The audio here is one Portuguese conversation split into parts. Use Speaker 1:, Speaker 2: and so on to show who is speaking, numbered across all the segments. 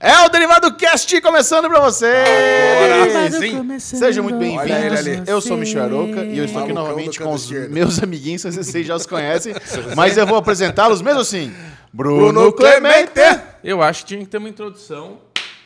Speaker 1: É Derivado Cast começando pra vocês!
Speaker 2: Derivado sim.
Speaker 3: começando.
Speaker 1: Sejam muito
Speaker 2: Olha ele ali.
Speaker 1: bem-vindos. Eu sou o Michel Aroca e eu estou aqui
Speaker 2: Malucão
Speaker 1: novamente
Speaker 2: do
Speaker 1: com
Speaker 2: canto
Speaker 1: os
Speaker 2: esquerdo.
Speaker 1: meus amiguinhos, vocês já os conhecem, mas eu vou apresentá-los mesmo assim. Bruno
Speaker 2: Bruno
Speaker 1: Clemente!
Speaker 2: Clemente!
Speaker 3: Eu acho que tinha que ter uma introdução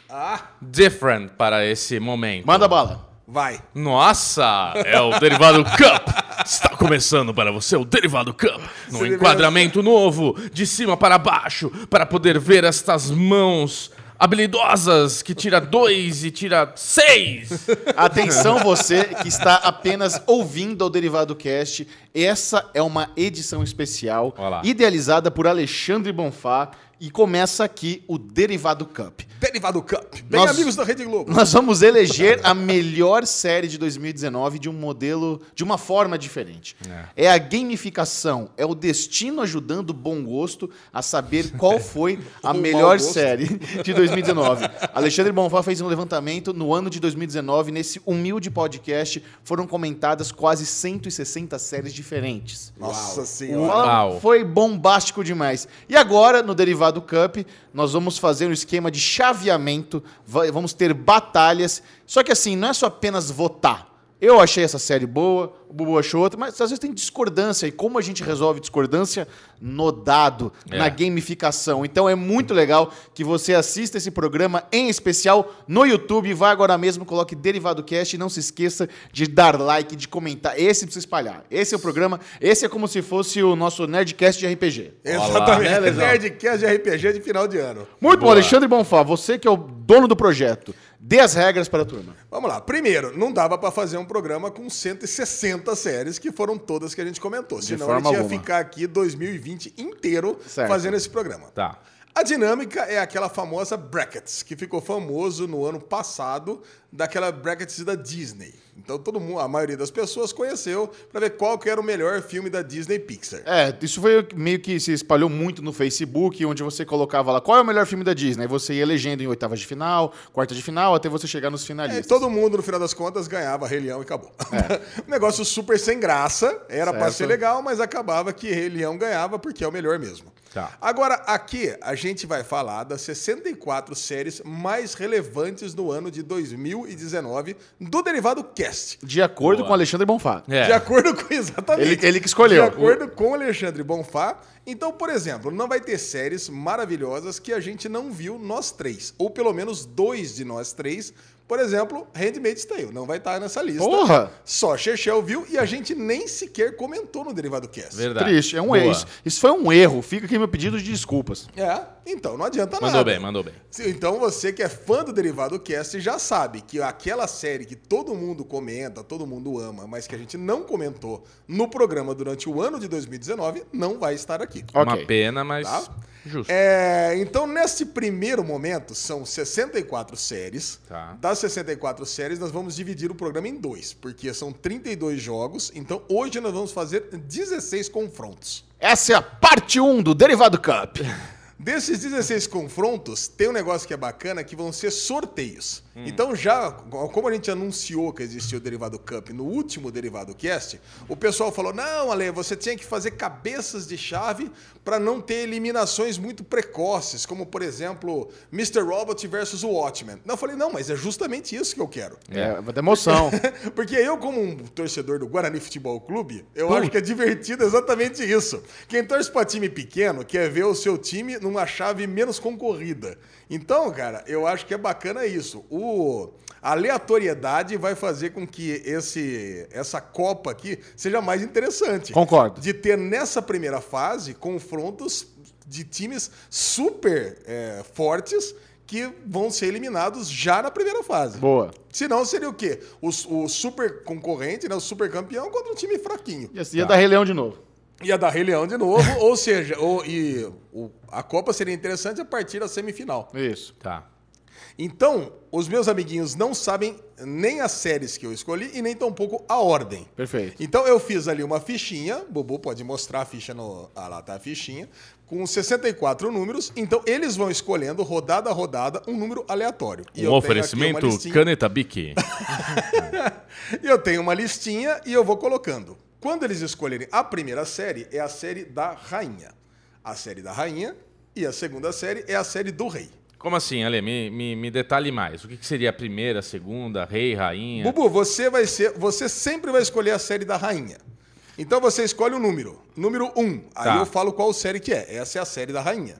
Speaker 3: ah, different para esse momento.
Speaker 1: Manda bala.
Speaker 2: Vai.
Speaker 3: Nossa, é o Derivado Cup. Está começando para você o Derivado Cup. Num
Speaker 2: Esse
Speaker 3: enquadramento novo, de cima para baixo, para poder ver estas mãos habilidosas que tira dois e tira seis.
Speaker 1: Atenção você que está apenas ouvindo o Derivado Cast. Essa é uma edição especial
Speaker 3: Olha lá.
Speaker 1: idealizada por Alexandre Bonfá e começa aqui o Derivado Cup.
Speaker 2: Derivado Cup. Bem
Speaker 1: Nós-
Speaker 2: amigos da Rede Globo.
Speaker 1: Nós vamos eleger a melhor série de 2019 de um modelo, de uma forma diferente. É, a gamificação, é o destino ajudando o bom gosto a saber qual foi a
Speaker 2: mau
Speaker 1: melhor
Speaker 2: gosto.
Speaker 1: série de 2019. Alexandre Bonfá fez um levantamento no ano de 2019, nesse humilde podcast, foram comentadas quase 160 séries diferentes.
Speaker 2: Nossa senhora.
Speaker 1: Uau,
Speaker 3: Uau.
Speaker 1: Foi bombástico demais. E agora, no Derivado Cup, nós vamos fazer um esquema de chaveamento, va- vamos ter batalhas. Só que assim, não é só apenas votar. Eu achei essa série boa, o Bubu achou outra, mas às vezes tem discordância. E como a gente resolve discordância? No dado,
Speaker 3: É.
Speaker 1: na gamificação. Então é muito legal que você assista esse programa em especial no YouTube. Vai agora mesmo, coloque Derivado Cast e não se esqueça de dar like, de comentar. Esse precisa espalhar. Esse é o programa, esse é como se fosse o nosso Nerdcast de RPG.
Speaker 3: Olá, né,
Speaker 2: Exatamente.
Speaker 3: Lesão?
Speaker 2: Nerdcast de RPG de final de ano.
Speaker 1: Muito bom,
Speaker 3: Boa.
Speaker 1: Alexandre Bonfá, você que é o dono do projeto, dê as regras para a turma.
Speaker 2: Vamos lá. Primeiro, não dava pra fazer um programa com 160 séries, que foram todas que a gente comentou. Senão a
Speaker 1: forma
Speaker 2: gente ia
Speaker 1: alguma.
Speaker 2: ficar aqui 2020 inteiro
Speaker 1: Certo.
Speaker 2: fazendo esse programa.
Speaker 3: Tá.
Speaker 2: A dinâmica é aquela famosa brackets, que ficou famoso no ano passado, daquela brackets da Disney. Então todo mundo, a maioria das pessoas conheceu pra ver qual que era o melhor filme da Disney Pixar.
Speaker 1: É, isso foi meio que se espalhou muito no Facebook, onde você colocava lá qual é o melhor filme da Disney. Aí Você ia elegendo em oitavas de final, quartas de final, até você chegar nos
Speaker 2: É,
Speaker 1: finalistas. É.
Speaker 2: todo mundo, no final das contas, ganhava Rei Leão e acabou. um negócio super sem graça, era pra
Speaker 1: Certo.
Speaker 2: ser legal, mas acabava que Rei Leão ganhava porque é o melhor mesmo.
Speaker 3: Tá.
Speaker 2: Agora, aqui a gente vai falar das 64 séries mais relevantes do ano de 2019 do Derivado Cast.
Speaker 1: De acordo
Speaker 3: Boa.
Speaker 1: com Alexandre Bonfá.
Speaker 3: É.
Speaker 2: De acordo com exatamente.
Speaker 1: Ele- ele que escolheu.
Speaker 2: De acordo com o Alexandre Bonfá. Então, por exemplo, não vai ter séries maravilhosas que a gente não viu nós três, ou pelo menos dois de nós três. Por exemplo, Handmaid's Tale não vai estar nessa lista.
Speaker 1: Porra!
Speaker 2: Só Chechel viu e a gente nem sequer comentou no Derivado Cast.
Speaker 3: Verdade.
Speaker 1: Triste, é um
Speaker 3: Boa.
Speaker 1: erro. Isso, isso foi um erro. Fica aqui meu pedido de desculpas.
Speaker 2: É, então não adianta nada.
Speaker 3: Mandou bem, mandou bem.
Speaker 2: Se- Então você que é fã do Derivado Cast já sabe que aquela série que todo mundo comenta, todo mundo ama, mas que a gente não comentou no programa durante o ano de 2019, não vai estar aqui.
Speaker 1: Ok.
Speaker 3: Uma pena, mas
Speaker 2: Tá.
Speaker 3: justo.
Speaker 2: É, então, neste primeiro momento, são 64 séries.
Speaker 3: Tá.
Speaker 2: Das 64 séries, nós vamos dividir o programa em dois, porque são 32 jogos. Então, hoje nós vamos fazer 16 confrontos.
Speaker 1: Essa é a parte 1 do Derivado Cup.
Speaker 2: Desses 16 confrontos, tem um negócio que é bacana que vão ser sorteios. Então, já, como a gente anunciou que existia o Derivado Cup no último Derivado Cast, o pessoal falou: não, Ale, você tinha que fazer cabeças de chave para não ter eliminações muito precoces, como por exemplo Mr. Robot versus o Watchmen. Não, eu falei: não, mas é justamente isso que eu quero.
Speaker 1: É, vai ter emoção.
Speaker 2: Porque eu, como um torcedor do Guarani Futebol Clube, eu acho que é divertido exatamente isso. Quem torce pra time pequeno quer ver o seu time numa chave menos concorrida. Então, cara, eu acho que é bacana isso. O a aleatoriedade vai fazer com que esse essa Copa aqui seja mais interessante.
Speaker 1: Concordo.
Speaker 2: De ter nessa primeira fase confrontos de times super eh, fortes que vão ser eliminados já na primeira fase.
Speaker 1: Boa.
Speaker 2: Senão seria o quê? O, o super concorrente, né? O super campeão contra um time fraquinho.
Speaker 1: assim Ia, ia dar releão de novo.
Speaker 2: Ia dar Rei Leão de novo, ou seja, o, e o- a Copa seria interessante a partir da semifinal.
Speaker 1: Isso.
Speaker 3: Tá.
Speaker 2: Então, os meus amiguinhos não sabem nem as séries que eu escolhi e nem tampouco a ordem.
Speaker 1: Perfeito.
Speaker 2: Então eu fiz ali uma fichinha, Bubu pode mostrar a ficha no. Ah lá tá a fichinha, com 64 números. Então eles vão escolhendo, rodada a rodada, um número aleatório. E eu tenho
Speaker 3: Um
Speaker 2: aqui uma
Speaker 3: oferecimento
Speaker 2: listinha-
Speaker 3: caneta bique.
Speaker 2: eu tenho uma listinha e eu vou colocando. Quando eles escolherem a primeira série, é a série da rainha. A série da rainha. E a segunda série é a série do rei.
Speaker 3: Como assim, Ale? Me, me, me detalhe mais. O que, que seria a primeira, a segunda, rei, rainha?
Speaker 2: Bubu, você vai ser. Você sempre vai escolher a série da rainha. Então você escolhe o número. Número 1. Um. Aí
Speaker 3: Tá.
Speaker 2: eu falo qual série que é. Essa é a série da rainha.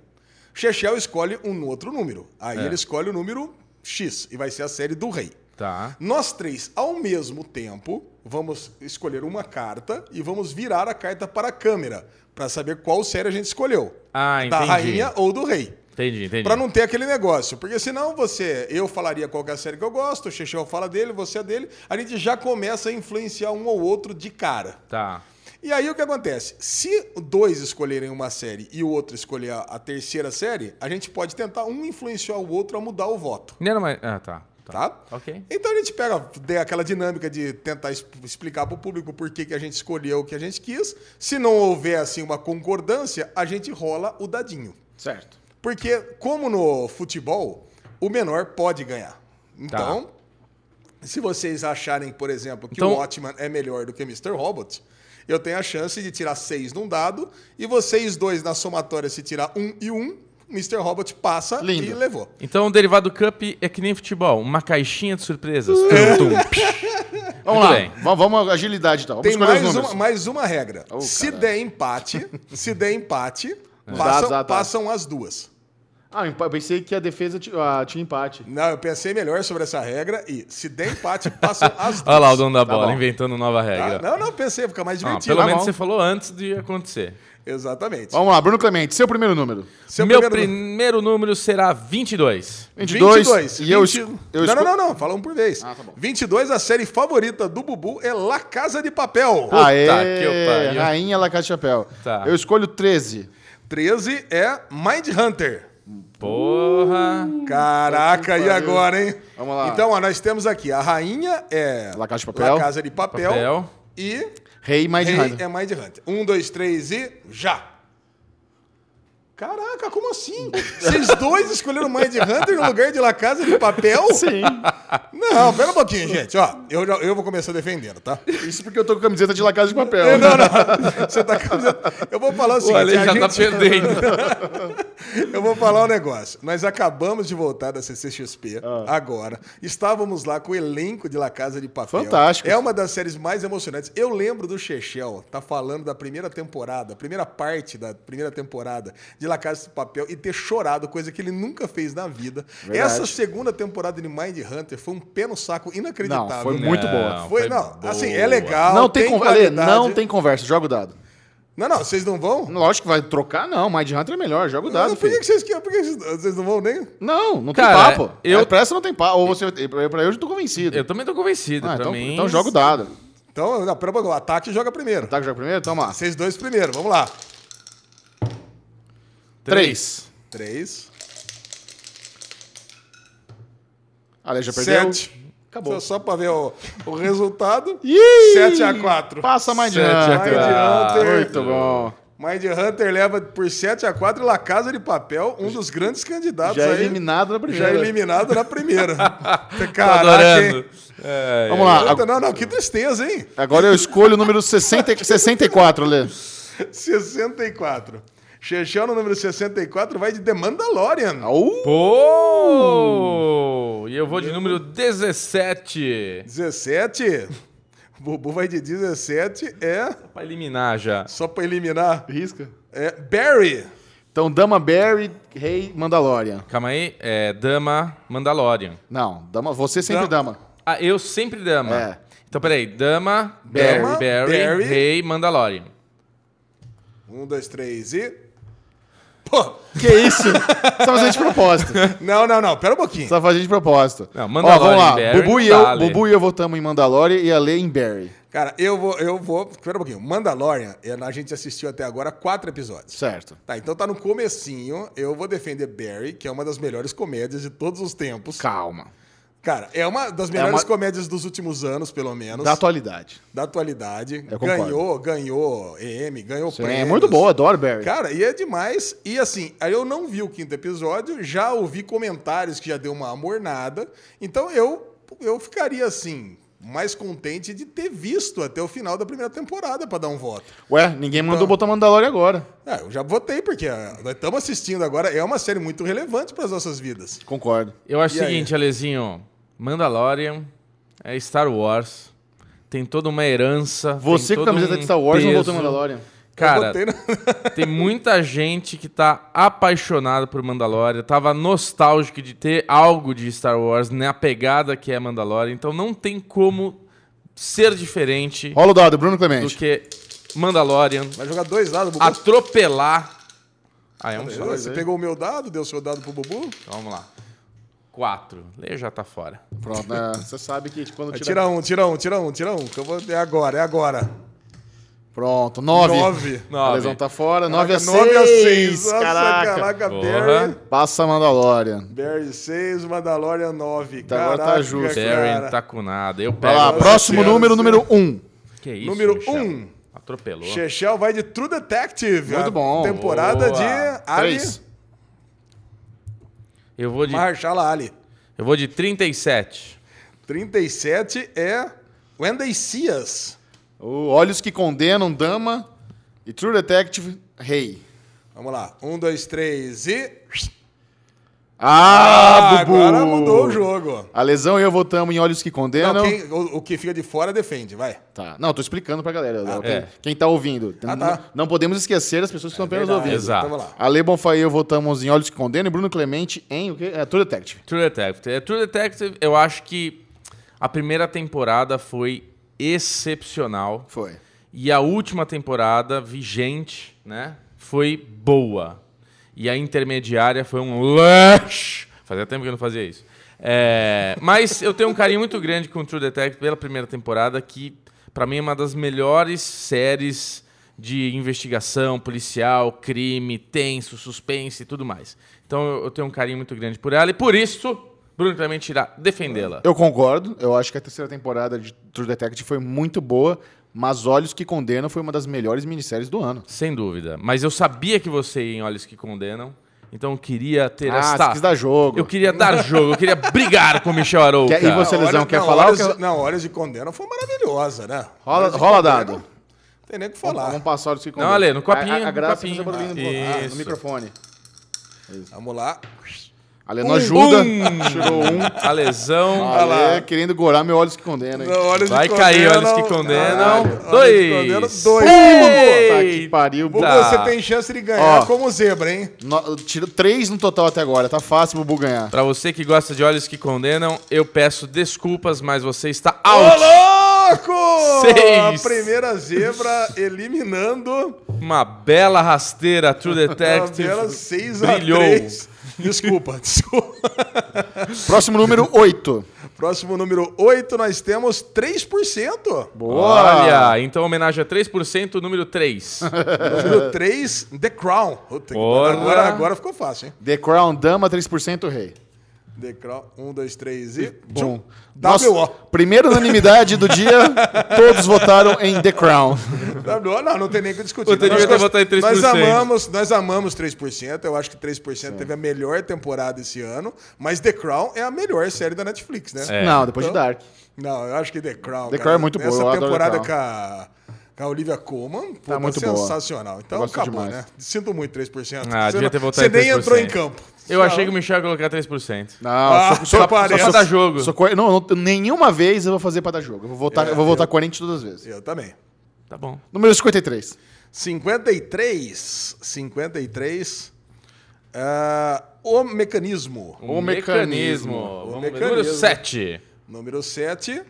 Speaker 2: Chechel escolhe um outro número. Aí ele escolhe o número X e vai ser a série do rei.
Speaker 3: Tá.
Speaker 2: Nós três, ao mesmo tempo, vamos escolher uma carta e vamos virar a carta para a câmera para saber qual série a gente escolheu.
Speaker 3: Ah,
Speaker 2: Da
Speaker 3: entendi.
Speaker 2: rainha ou do rei.
Speaker 3: Entendi, entendi.
Speaker 2: Pra não ter aquele negócio. Porque senão você, eu falaria qual que é a série que eu gosto, o Chechel fala dele, você é dele, a gente já começa a influenciar um ou outro de cara.
Speaker 3: Tá.
Speaker 2: E aí o que acontece? Se dois escolherem uma série e o outro escolher a- a terceira série, a gente pode tentar um influenciar o outro a mudar o voto.
Speaker 3: Não era mais... Ah, tá. Tá.
Speaker 2: Tá?
Speaker 3: Ok.
Speaker 2: Então a gente pega dê aquela dinâmica de tentar es- explicar para o público por que, que a gente escolheu o que a gente quis. Se não houver assim uma concordância, a gente rola o dadinho.
Speaker 1: Certo.
Speaker 2: Porque, como no futebol, o menor pode ganhar.
Speaker 3: Tá.
Speaker 2: Então, se vocês acharem, por exemplo, que
Speaker 3: Então-
Speaker 2: o Watchman é melhor do que Mr. Robot, eu tenho a chance de tirar seis num dado, e vocês dois, na somatória, se tirar um e um, Mr. Robot passa e
Speaker 1: Lindo.
Speaker 2: levou.
Speaker 3: Então o derivado cup é que nem futebol, uma caixinha de surpresas. Tum, tum, psh.
Speaker 1: Vamos
Speaker 3: Muito
Speaker 1: lá.
Speaker 3: bem.
Speaker 1: va- Vamos, agilidade então. Vamos
Speaker 2: Tem
Speaker 1: escolher
Speaker 2: mais
Speaker 1: os números.
Speaker 2: uma, mais uma regra.
Speaker 1: Oh,
Speaker 2: se
Speaker 1: caralho.
Speaker 2: der empate, se der empate,
Speaker 1: Dados,
Speaker 2: passam,
Speaker 1: ah, tá.
Speaker 2: passam as duas.
Speaker 1: Ah, eu pensei que a defesa ti- ah, tinha empate.
Speaker 2: Não, eu pensei melhor sobre essa regra e se der empate, passam as duas.
Speaker 3: Olha lá o dono da
Speaker 1: Tá
Speaker 3: bola
Speaker 1: bom.
Speaker 3: inventando nova
Speaker 2: Ah,
Speaker 3: regra.
Speaker 2: não, não, pensei, fica mais
Speaker 3: Ah,
Speaker 2: divertido.
Speaker 3: pelo
Speaker 1: tá
Speaker 3: menos
Speaker 1: bom.
Speaker 3: você falou antes de acontecer.
Speaker 2: Exatamente.
Speaker 1: Vamos lá, Bruno Clemente, seu primeiro número.
Speaker 2: Seu
Speaker 3: Meu primeiro,
Speaker 2: primeiro-
Speaker 3: número será 22.
Speaker 1: 22.
Speaker 2: 22.
Speaker 1: E eu, es-
Speaker 2: 20
Speaker 1: eu
Speaker 2: um. não,
Speaker 1: esco-
Speaker 2: não, não, não. Fala um por vez.
Speaker 1: Ah, tá bom.
Speaker 2: 22, a série favorita do Bubu é La Casa de Papel.
Speaker 1: Aê,
Speaker 3: que eu pariu.
Speaker 1: rainha Lacate Chapéu.
Speaker 3: Tá.
Speaker 1: Eu escolho 13.
Speaker 2: 13 é Mind Hunter.
Speaker 3: Porra.
Speaker 2: Uh, Caraca, e agora, hein?
Speaker 1: Vamos lá.
Speaker 2: Então, ó, nós temos aqui, a rainha é
Speaker 1: La Casa de Papel.
Speaker 2: La Casa de Papel,
Speaker 3: Papel.
Speaker 2: e
Speaker 1: Rei mais
Speaker 2: rei
Speaker 1: rainha.
Speaker 2: é Mind Hunter. Um, dois, três e já. Caraca, como assim? Vocês dois escolheram Mind Hunter no lugar de La Casa de Papel?
Speaker 1: Sim.
Speaker 2: Não, pera um pouquinho, gente. Ó, eu, já- eu vou começar defendendo, tá?
Speaker 1: Isso porque eu tô com camiseta de Lacate de Papel.
Speaker 2: Não, não. Você tá caminhando. Eu vou falar o
Speaker 3: O
Speaker 2: seguinte.
Speaker 3: Ale
Speaker 2: a
Speaker 3: já tá
Speaker 2: gente-
Speaker 3: perdendo.
Speaker 2: Eu vou falar um negócio. Nós acabamos de voltar da CCXP
Speaker 1: Ah.
Speaker 2: agora. Estávamos lá com o elenco de La Casa de Papel.
Speaker 1: Fantástico.
Speaker 2: É uma das séries mais emocionantes. Eu lembro do Chechel, tá falando da primeira temporada, primeira parte da primeira temporada de La Casa de Papel e ter chorado, coisa que ele nunca fez na vida.
Speaker 1: Verdade.
Speaker 2: Essa segunda temporada de Mind Hunter foi um pé no saco inacreditável.
Speaker 1: Não, foi muito boa.
Speaker 2: Foi,
Speaker 3: foi
Speaker 2: não,
Speaker 3: boa.
Speaker 2: assim, é legal.
Speaker 1: Não tem, con- Ale,
Speaker 2: qualidade.
Speaker 1: não tem conversa, joga o dado.
Speaker 2: Não, não, vocês não vão?
Speaker 1: Lógico que vai trocar, não. Mind Hunter é melhor, joga o dado.
Speaker 2: Mas por que,
Speaker 1: filho.
Speaker 2: que, vocês, por que vocês, vocês não vão nem?
Speaker 1: Não, não
Speaker 3: Cara,
Speaker 1: tem papo.
Speaker 3: eu-
Speaker 1: É, pra essa não tem papo. Ou você. é, Pra eu já tô convencido.
Speaker 3: Eu também tô convencido.
Speaker 1: Ah,
Speaker 3: pra
Speaker 1: então,
Speaker 3: mim...
Speaker 1: então joga o dado.
Speaker 2: Então, não, pera, um pouquinho, o ataque joga primeiro.
Speaker 1: Tá, joga primeiro? Toma lá.
Speaker 2: Vocês dois primeiro, vamos lá.
Speaker 1: Três.
Speaker 2: Três.
Speaker 1: Ale já perdeu.
Speaker 2: Sete.
Speaker 1: Acabou.
Speaker 2: Só, só pra ver o, o resultado.
Speaker 1: Ih!
Speaker 2: 7 a 4.
Speaker 1: Passa Mind
Speaker 3: Sete a
Speaker 1: Hunter.
Speaker 3: quatro.
Speaker 1: Muito bom.
Speaker 2: Mind Hunter leva por 7 a 4 La Casa de Papel, um dos grandes candidatos
Speaker 1: Já é
Speaker 2: aí.
Speaker 1: eliminado na
Speaker 2: Já
Speaker 1: primeira.
Speaker 2: eliminado na primeira.
Speaker 3: Tô
Speaker 2: Caraca, hein?
Speaker 3: adorando. É,
Speaker 1: Vamos lá.
Speaker 2: Puta,
Speaker 1: ag-
Speaker 2: não, não, que tristeza, hein?
Speaker 1: Agora eu escolho o número 60, e- 64, Lê.
Speaker 2: 64. Chechão no número 64 vai de The Mandalorian.
Speaker 3: Pô! E eu vou de número 17.
Speaker 2: 17. Bubu vai de 17. É.
Speaker 3: Pra eliminar já.
Speaker 2: Só pra eliminar.
Speaker 1: Risca.
Speaker 2: É Barry.
Speaker 1: Então, Dama Barry, Rei Mandalorian.
Speaker 3: Calma aí. É Dama Mandalorian.
Speaker 1: Não, dama, você sempre
Speaker 2: Dama.
Speaker 1: dama.
Speaker 3: Ah, eu sempre Dama.
Speaker 1: É.
Speaker 3: Então, peraí. Dama, Barry,
Speaker 1: Dama,
Speaker 3: Barry,
Speaker 2: Barry.
Speaker 3: Rei, Mandalorian.
Speaker 2: Um, dois, três e. Pô!
Speaker 1: Que isso? Você tá fazendo de propósito. Você
Speaker 2: Não, não, não, pera um pouquinho.
Speaker 1: tá fazendo de propósito.
Speaker 3: Não, Mandalorian
Speaker 1: Ó, vamos lá.
Speaker 3: e Barry
Speaker 1: Bubu,
Speaker 3: não
Speaker 1: e
Speaker 3: dá,
Speaker 1: eu,
Speaker 3: Ale.
Speaker 1: Bubu e eu votamos em Mandalorian e a Lê em Barry.
Speaker 2: Cara, eu vou, eu vou. Pera um pouquinho. Mandalorian, é, a gente assistiu até agora quatro episódios.
Speaker 1: Certo.
Speaker 2: Tá, então tá no comecinho. Eu vou defender Barry, que é uma das melhores comédias de todos os tempos.
Speaker 1: Calma.
Speaker 2: Cara, é uma das melhores
Speaker 1: uma-
Speaker 2: comédias dos últimos anos, pelo menos.
Speaker 1: Da atualidade.
Speaker 2: da atualidade.
Speaker 1: Eu concordo.
Speaker 2: Ganhou, ganhou EM, ganhou
Speaker 1: Sim,
Speaker 2: prêmios.
Speaker 1: é muito boa, adoro Barry.
Speaker 2: Cara, e é demais. E assim, aí eu não vi o quinto episódio, já ouvi comentários que já deu uma amornada. Então eu, eu ficaria assim, mais contente de ter visto até o final da primeira temporada pra dar um voto.
Speaker 1: Ué, ninguém mandou
Speaker 2: Então-
Speaker 1: botar Mandalorian agora.
Speaker 2: É, eu já votei, porque ah, nós estamos assistindo agora. É uma série muito relevante para as nossas vidas.
Speaker 1: Concordo.
Speaker 3: Eu acho
Speaker 2: E
Speaker 3: o seguinte, Alezinho. Mandalorian é Star Wars. Tem toda uma herança.
Speaker 1: Você
Speaker 3: tem
Speaker 1: com a
Speaker 3: todo
Speaker 1: camiseta
Speaker 3: um
Speaker 1: de Star Wars não votou em
Speaker 3: peso.
Speaker 1: Mandalorian.
Speaker 3: Cara,
Speaker 2: eu votei na...
Speaker 3: Tem muita gente que tá apaixonada por Mandalorian, tava nostálgico de ter algo de Star Wars, né? A pegada que é Mandalorian. Então não tem como ser diferente
Speaker 1: Rola o dado, Bruno
Speaker 3: do
Speaker 1: Clemente.
Speaker 3: que Mandalorian
Speaker 2: Vai jogar dois dados, Bubu.
Speaker 3: atropelar. Ah, é um só.
Speaker 2: Você pegou o meu dado, deu o seu dado pro Bubu.
Speaker 3: Então, Vamos lá. Quatro. Leia já tá fora.
Speaker 1: Pronto, né? Você sabe que quando
Speaker 2: Vai,
Speaker 1: tira...
Speaker 2: Tira um, tira um, tira um, tira um. Que eu vou... É agora, é agora.
Speaker 1: Pronto, nove.
Speaker 2: Nove.
Speaker 1: A
Speaker 3: Nove.
Speaker 1: lesão tá fora, nove a
Speaker 2: Caraca,
Speaker 1: seis.
Speaker 2: nove a seis. Nossa,
Speaker 1: Caraca.
Speaker 2: caraca,
Speaker 3: Porra.
Speaker 2: Barry.
Speaker 1: Passa Mandalorian.
Speaker 2: Barry 6, Mandalorian 9.
Speaker 1: Então agora tá justo.
Speaker 3: Terry
Speaker 2: Cara.
Speaker 3: tá com nada. Eu
Speaker 1: Vai
Speaker 3: pego.
Speaker 1: lá,
Speaker 2: Pega,
Speaker 1: próximo
Speaker 2: senhoras
Speaker 1: número,
Speaker 2: e
Speaker 1: número um.
Speaker 3: Que isso,
Speaker 2: Número
Speaker 3: Michel?
Speaker 2: um.
Speaker 3: Atropelou.
Speaker 2: Chechel vai de True Detective.
Speaker 1: Muito
Speaker 2: a
Speaker 1: bom.
Speaker 2: Temporada
Speaker 3: Boa.
Speaker 2: de Ali.
Speaker 1: Três.
Speaker 3: Eu vou de,
Speaker 2: Marshall Ali.
Speaker 3: eu vou de 37.
Speaker 2: 37 é Wendy Cias.
Speaker 1: O Olhos que Condenam, Dama e True Detective, Rei.
Speaker 2: Vamos lá. Um, dois, três e.
Speaker 1: Ah, Bubu!
Speaker 2: agora mudou o jogo.
Speaker 1: A lesão e eu votamos em Olhos que Condenam.
Speaker 2: Não, quem- o, o que fica de fora defende, vai.
Speaker 1: Tá. Não, tô explicando pra galera. quem,
Speaker 3: é.
Speaker 1: quem tá ouvindo.
Speaker 2: Ah,
Speaker 1: N-
Speaker 2: tá.
Speaker 1: Não podemos esquecer as pessoas que estão apenas
Speaker 2: Verdade.
Speaker 1: ouvindo.
Speaker 3: Exato.
Speaker 2: Então, vamos lá.
Speaker 1: Ale Bonfá e eu votamos em Olhos que Condenam e Bruno Clemente em o quê? É, True Detective.
Speaker 3: True Detective. É, True Detective, eu acho que a primeira temporada foi excepcional.
Speaker 1: Foi.
Speaker 3: E a última temporada, vigente, né? Foi boa. E a intermediária foi um lush. Fazia tempo que eu não fazia isso. É, mas eu tenho um carinho muito grande com True Detective pela primeira temporada, que pra mim é uma das melhores séries de investigação policial, crime, tenso, suspense e tudo mais. Então eu, eu tenho um carinho muito grande por ela e por isso Bruno Clemente irá defendê-la.
Speaker 1: Eu concordo. Eu acho que a terceira temporada de True Detective foi muito boa, mas Olhos que Condenam foi uma das melhores minisséries do ano.
Speaker 3: Sem dúvida. Mas eu sabia que você ia em Olhos que Condenam. Então eu queria ter
Speaker 1: Ah,
Speaker 3: esta.
Speaker 1: você quis dar jogo.
Speaker 3: Eu queria dar jogo, eu queria brigar com o Michel Arouca.
Speaker 1: Quer- e você-
Speaker 2: Não,
Speaker 1: Lesão,
Speaker 2: Horas-
Speaker 1: quer
Speaker 2: não,
Speaker 1: falar ou
Speaker 2: Horas-
Speaker 1: quer-
Speaker 2: Não, Horas de Condena foi maravilhosa, né?
Speaker 1: Rola-
Speaker 2: Horas de
Speaker 1: rola
Speaker 2: Condena,
Speaker 1: dado.
Speaker 2: Não tem nem o que
Speaker 1: Vamos,
Speaker 2: falar.
Speaker 1: vamos passar Olhos que Condenam.
Speaker 3: Não, Ale, no copinho,
Speaker 1: A, a
Speaker 3: no
Speaker 1: graça
Speaker 3: copinho.
Speaker 1: você bota ali no,
Speaker 3: Ah,
Speaker 1: ah, no
Speaker 3: isso.
Speaker 1: microfone.
Speaker 2: Vamos lá.
Speaker 1: Ale não ajuda. Tirou um.
Speaker 3: A lesão.
Speaker 1: Ale
Speaker 2: lá.
Speaker 1: querendo gorar meu Olhos que Condenam. hein?
Speaker 2: Não, Horas de
Speaker 3: Vai cair,
Speaker 2: Condena,
Speaker 3: Olhos que Condenam.
Speaker 2: caralho, Horas de
Speaker 3: Dois.
Speaker 2: Condena, Dois.
Speaker 3: Ei!
Speaker 1: Puta que pariu,
Speaker 2: Bubu,
Speaker 1: Bubu.
Speaker 3: Tá.
Speaker 2: você tem chance de ganhar
Speaker 1: Ó.
Speaker 2: como zebra, hein?
Speaker 1: No, tira três no total até agora. Tá fácil o Bubu ganhar.
Speaker 3: Pra você que gosta de Olhos que Condenam, eu peço desculpas, mas você está out.
Speaker 2: louco!
Speaker 3: Seis.
Speaker 2: A primeira zebra eliminando.
Speaker 3: Uma bela rasteira, True
Speaker 2: A
Speaker 3: Detective.
Speaker 2: bela 6 a
Speaker 3: Brilhou.
Speaker 2: 3. Desculpa, desculpa.
Speaker 1: Próximo número, oito.
Speaker 2: Próximo número 8, nós temos 3%.
Speaker 1: Boa!
Speaker 3: Olha, então homenagem a 3%, número 3.
Speaker 2: Número 3, The Crown. Puta que
Speaker 3: Porra.
Speaker 2: pariu. agora, agora ficou fácil, hein?
Speaker 1: The Crown Dama, 3% Rei.
Speaker 2: The Crown, 1, 2, 3 e...
Speaker 1: Bom.
Speaker 2: W.O.
Speaker 1: primeira unanimidade do dia, todos votaram em The Crown.
Speaker 2: W.O. Não, não tem nem o que discutir.
Speaker 3: Eu teria
Speaker 2: Nós
Speaker 3: que
Speaker 2: gost-
Speaker 3: botar em 3%.
Speaker 2: Nós amamos, nós amamos 3%. Eu acho que 3% teve a melhor temporada esse ano. Mas The Crown é a melhor série da Netflix, né?
Speaker 3: É.
Speaker 1: Não, depois de Dark.
Speaker 2: Não, eu acho que The Crown.
Speaker 1: The Crown é muito boa,
Speaker 2: Essa
Speaker 1: eu adoro
Speaker 2: temporada
Speaker 1: The
Speaker 2: com a, com a Olivia Colman pô, tá
Speaker 1: muito boa.
Speaker 2: sensacional. Então
Speaker 1: Gosto
Speaker 2: acabou,
Speaker 1: demais.
Speaker 2: né? Sinto muito 3%.
Speaker 3: Ah,
Speaker 2: você
Speaker 3: devia ter votado
Speaker 2: Você
Speaker 3: em
Speaker 2: nem entrou
Speaker 3: 3%.
Speaker 2: em campo.
Speaker 3: Eu achei que o Michel ia colocar 3%.
Speaker 1: Não,
Speaker 2: Ah,
Speaker 1: só, só,
Speaker 2: só parece.
Speaker 1: só-
Speaker 3: Só dá jogo.
Speaker 1: só co- não, não, nenhuma vez eu vou fazer pra dar jogo. Eu vou votar, eu vou votar coerente todas as vezes.
Speaker 2: Eu também.
Speaker 3: Tá bom.
Speaker 1: Número 53.
Speaker 2: 53. 53. ah, o Mecanismo.
Speaker 1: O mecanismo.
Speaker 3: Vamos
Speaker 2: O
Speaker 3: ver.
Speaker 2: mecanismo.
Speaker 3: Número 7.
Speaker 2: Número 7.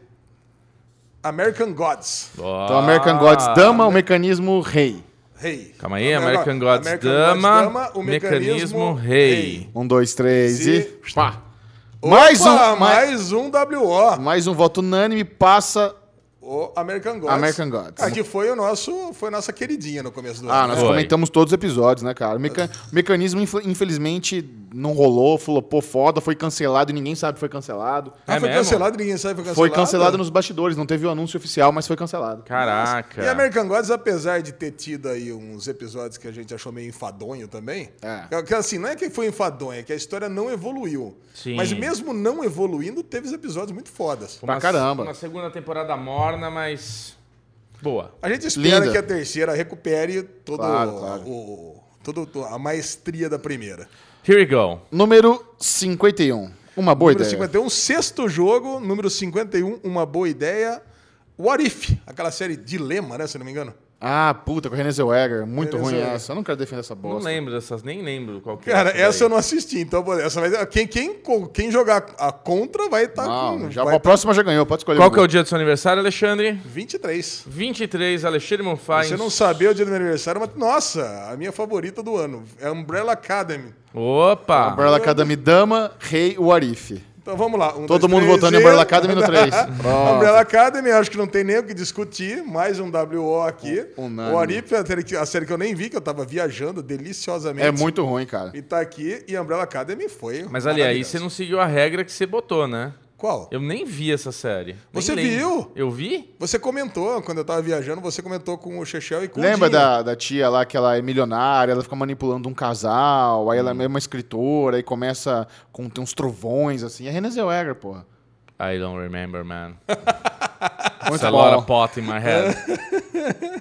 Speaker 2: American Gods.
Speaker 1: Então, American Gods
Speaker 3: Ah.
Speaker 1: Dama, o mecanismo Rei.
Speaker 2: Rei.
Speaker 3: Calma aí, American Gods Dama, Mecanismo Rei.
Speaker 1: Um, dois, três e.
Speaker 2: E-
Speaker 1: Pá. mais, um,
Speaker 2: Opa,
Speaker 1: mais...
Speaker 2: mais um WO.
Speaker 1: mais um voto unânime passa
Speaker 2: O American Gods.
Speaker 1: American Gods.
Speaker 2: Ah, que foi o nosso, foi a nossa queridinha no começo do
Speaker 1: Ah,
Speaker 2: ano. né?
Speaker 1: nós
Speaker 3: Foi.
Speaker 1: comentamos todos os episódios, né, cara? O meca- o mecanismo, inf- infelizmente, não rolou, falou, pô, foda, foi cancelado e ninguém sabe que foi cancelado.
Speaker 2: Ah,
Speaker 3: É
Speaker 2: foi
Speaker 3: mesmo?
Speaker 2: cancelado, ninguém sabe foi cancelado.
Speaker 1: Foi cancelado nos bastidores, não teve o anúncio oficial, mas foi cancelado.
Speaker 3: Caraca.
Speaker 2: E American Gods, apesar de ter tido aí uns episódios que a gente achou meio enfadonho também,
Speaker 1: É.
Speaker 2: que- que assim, não é que foi enfadonho, é que a história não evoluiu.
Speaker 3: Sim.
Speaker 2: Mas mesmo não evoluindo, teve os episódios muito fodas.
Speaker 1: pra caramba.
Speaker 3: Uma segunda temporada morna, mas. Boa.
Speaker 2: A gente espera
Speaker 1: Linda.
Speaker 2: que a terceira recupere todo
Speaker 1: Claro, claro.
Speaker 2: o- todo- to- a maestria da primeira.
Speaker 3: Here we go.
Speaker 1: Número 51. Uma boa
Speaker 2: número
Speaker 1: ideia.
Speaker 2: 51, sexto jogo. Número 51, uma boa ideia. What If? Aquela série Dilema, né? Se não me engano.
Speaker 1: Ah, puta, com René Zellweger. Muito
Speaker 2: René
Speaker 1: ruim
Speaker 2: Zellweger.
Speaker 1: essa. Eu não quero defender essa
Speaker 3: Não
Speaker 1: bosta.
Speaker 3: lembro dessas, nem lembro qual que é
Speaker 2: Cara, essa eu
Speaker 3: daí.
Speaker 2: não assisti, então vou- essa vai quem quem co- quem jogar a contra vai estar
Speaker 1: Não,
Speaker 2: com
Speaker 1: já,
Speaker 2: vai
Speaker 1: a próxima já ganhou, pode escolher.
Speaker 3: Qual que é o dia do seu aniversário, Alexandre?
Speaker 2: 23.
Speaker 3: 23, Alexandre Monfá.
Speaker 2: Você
Speaker 3: em-
Speaker 2: não sabia o dia do meu aniversário, mas nossa, a minha favorita do ano é Umbrella Academy.
Speaker 3: Opa!
Speaker 1: Umbrella Academy Dama, Rei Warif.
Speaker 2: Então vamos lá. um,
Speaker 1: Todo
Speaker 2: dois,
Speaker 1: mundo
Speaker 2: três,
Speaker 1: votando em
Speaker 2: e-
Speaker 1: Umbrella Academy no três. Pronto.
Speaker 2: Umbrella Academy, acho que não tem nem o que discutir. Mais um WO aqui.
Speaker 1: Um- unânime.
Speaker 2: o Arif, a série que- a série que eu nem vi, que eu tava viajando deliciosamente.
Speaker 1: É muito ruim, cara.
Speaker 2: E tá aqui, e Umbrella Academy foi.
Speaker 3: Mas ali aí
Speaker 2: maravilhosa.
Speaker 3: você não seguiu a regra que você botou, né?
Speaker 2: Qual?
Speaker 3: Eu nem vi essa série. Nem
Speaker 2: Você
Speaker 3: lembro.
Speaker 2: viu?
Speaker 3: Eu vi?
Speaker 2: Você comentou, quando eu tava viajando, você comentou com o Chechel e com
Speaker 1: Lembra
Speaker 2: o Dinho.
Speaker 1: da, da tia lá que ela é milionária, ela fica manipulando um casal, aí ela é uma escritora, aí começa com tem uns trovões, assim. É René Zellweger, porra.
Speaker 3: I don't remember, man. It's
Speaker 1: Muito
Speaker 3: a lot
Speaker 1: bom.
Speaker 3: of pot in my head.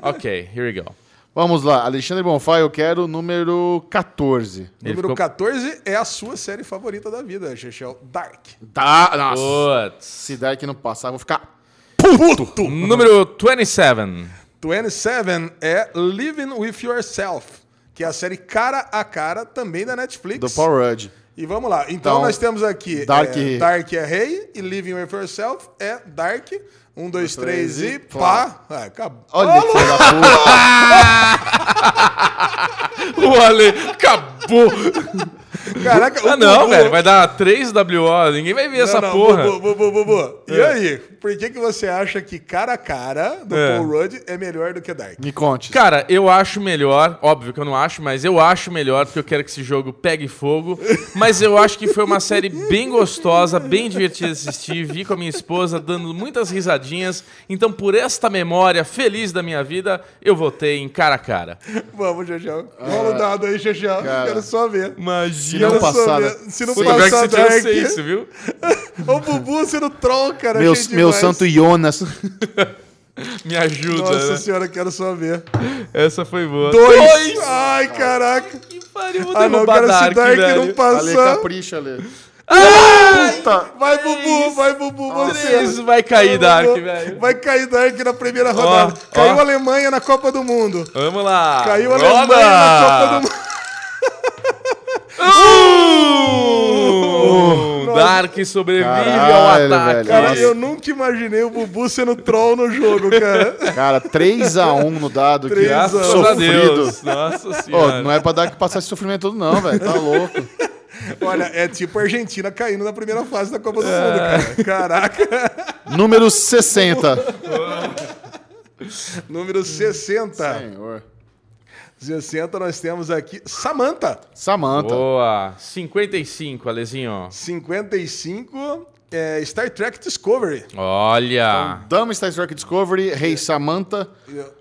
Speaker 3: ok, here we go.
Speaker 1: Vamos lá, Alexandre Bonfá, eu quero o número 14.
Speaker 3: Ele
Speaker 2: Número
Speaker 3: ficou-
Speaker 2: 14 é a sua série favorita da vida, Chechel. Dark.
Speaker 1: Tá, nossa.
Speaker 3: Putz.
Speaker 1: Se der que não passar, eu vou ficar...
Speaker 2: Puto!
Speaker 3: Número 27.
Speaker 2: 27 é Living With Yourself, que é a série cara a cara também da Netflix.
Speaker 1: Do Paul Rudd.
Speaker 2: E vamos lá. Então,
Speaker 1: Então,
Speaker 2: nós temos aqui
Speaker 1: Dark-
Speaker 2: é, Dark é rei e Living With Yourself é Dark. Um, dois, três,
Speaker 1: três
Speaker 2: e
Speaker 1: e
Speaker 2: pá. Ah, acabou.
Speaker 1: Olha que filho da puta.
Speaker 3: O Ale acabou.
Speaker 2: Caraca, o
Speaker 3: Ah, não,
Speaker 2: Bubu-
Speaker 3: velho. Vai dar 3 WO. Ninguém vai ver
Speaker 2: Não,
Speaker 3: essa
Speaker 2: não,
Speaker 3: porra.
Speaker 2: Bubu, Bubu, Bubu. E aí, por que, que você acha que cara a cara do
Speaker 3: É.
Speaker 2: Paul Rudd é melhor do que Dark?
Speaker 1: Me conte.
Speaker 3: Cara, eu acho melhor, óbvio que eu não acho, mas eu acho melhor, porque eu quero que esse jogo pegue fogo. Mas eu acho que foi uma série bem gostosa, bem divertida de assistir. Vi com a minha esposa, dando muitas risadinhas. Então, por esta memória feliz da minha vida, eu votei em cara a cara.
Speaker 2: Vamos, Xexão. Rola o dado aí, Xexão.
Speaker 1: Ah, cara.
Speaker 2: Quero só ver.
Speaker 1: Se
Speaker 3: Imagina.
Speaker 1: não
Speaker 2: Quero só
Speaker 1: passar,
Speaker 2: ver.
Speaker 1: né?
Speaker 2: Se não
Speaker 1: Sei.
Speaker 3: Pior que
Speaker 2: passar
Speaker 3: se
Speaker 2: Dark...
Speaker 3: tivesse isso, viu?
Speaker 2: Ô, Bubu, você não troca, né?
Speaker 1: Meu,
Speaker 2: Achei
Speaker 1: meu
Speaker 2: demais.
Speaker 1: santo Jonas.
Speaker 3: Me ajuda,
Speaker 2: Nossa
Speaker 3: né?
Speaker 2: senhora, quero só ver.
Speaker 3: Essa foi boa. Ah,
Speaker 2: Dois! Ai, caraca.
Speaker 3: Que pariu, vou
Speaker 2: Ah, não,
Speaker 3: derrubar
Speaker 2: cara, se
Speaker 3: Dark,
Speaker 2: Dark não
Speaker 3: velho. tá
Speaker 1: Ale,
Speaker 2: passar...
Speaker 1: capricha, Ale. Puta.
Speaker 2: Vai, Bubu, vai, Bubu, você.
Speaker 3: Três é vai cair
Speaker 2: Vai,
Speaker 3: Dark,
Speaker 2: Bubu.
Speaker 3: velho.
Speaker 2: Vai cair Dark na primeira rodada.
Speaker 3: ó.
Speaker 2: Caiu a Alemanha na Copa do Mundo.
Speaker 3: Vamos lá.
Speaker 2: Caiu a
Speaker 3: Roda!
Speaker 2: Alemanha na Copa do Mundo.
Speaker 3: Uh! Dark sobrevive ao
Speaker 1: Caralho,
Speaker 3: ataque.
Speaker 1: velho.
Speaker 2: Cara,
Speaker 1: Nossa.
Speaker 2: eu nunca imaginei o Bubu sendo troll no jogo, cara.
Speaker 1: Cara, 3x1 no dado. Que é
Speaker 2: Três a um.
Speaker 3: Graças a Deus.
Speaker 1: sofrido.
Speaker 3: Nossa
Speaker 1: Ô,
Speaker 3: senhora.
Speaker 1: não é pra dar que passar esse sofrimento todo, não, velho. Tá louco.
Speaker 2: Olha, é tipo a Argentina caindo na primeira fase da
Speaker 3: É.
Speaker 2: Copa do Mundo, cara. Caraca.
Speaker 1: Número 60.
Speaker 2: Número 60.
Speaker 1: Senhor.
Speaker 2: 60 nós temos aqui Samantha.
Speaker 1: Samantha.
Speaker 3: Boa. 55, Alezinho.
Speaker 2: 55 é Star Trek Discovery.
Speaker 3: Olha.
Speaker 1: Dama Star Trek Discovery, Rei Samantha.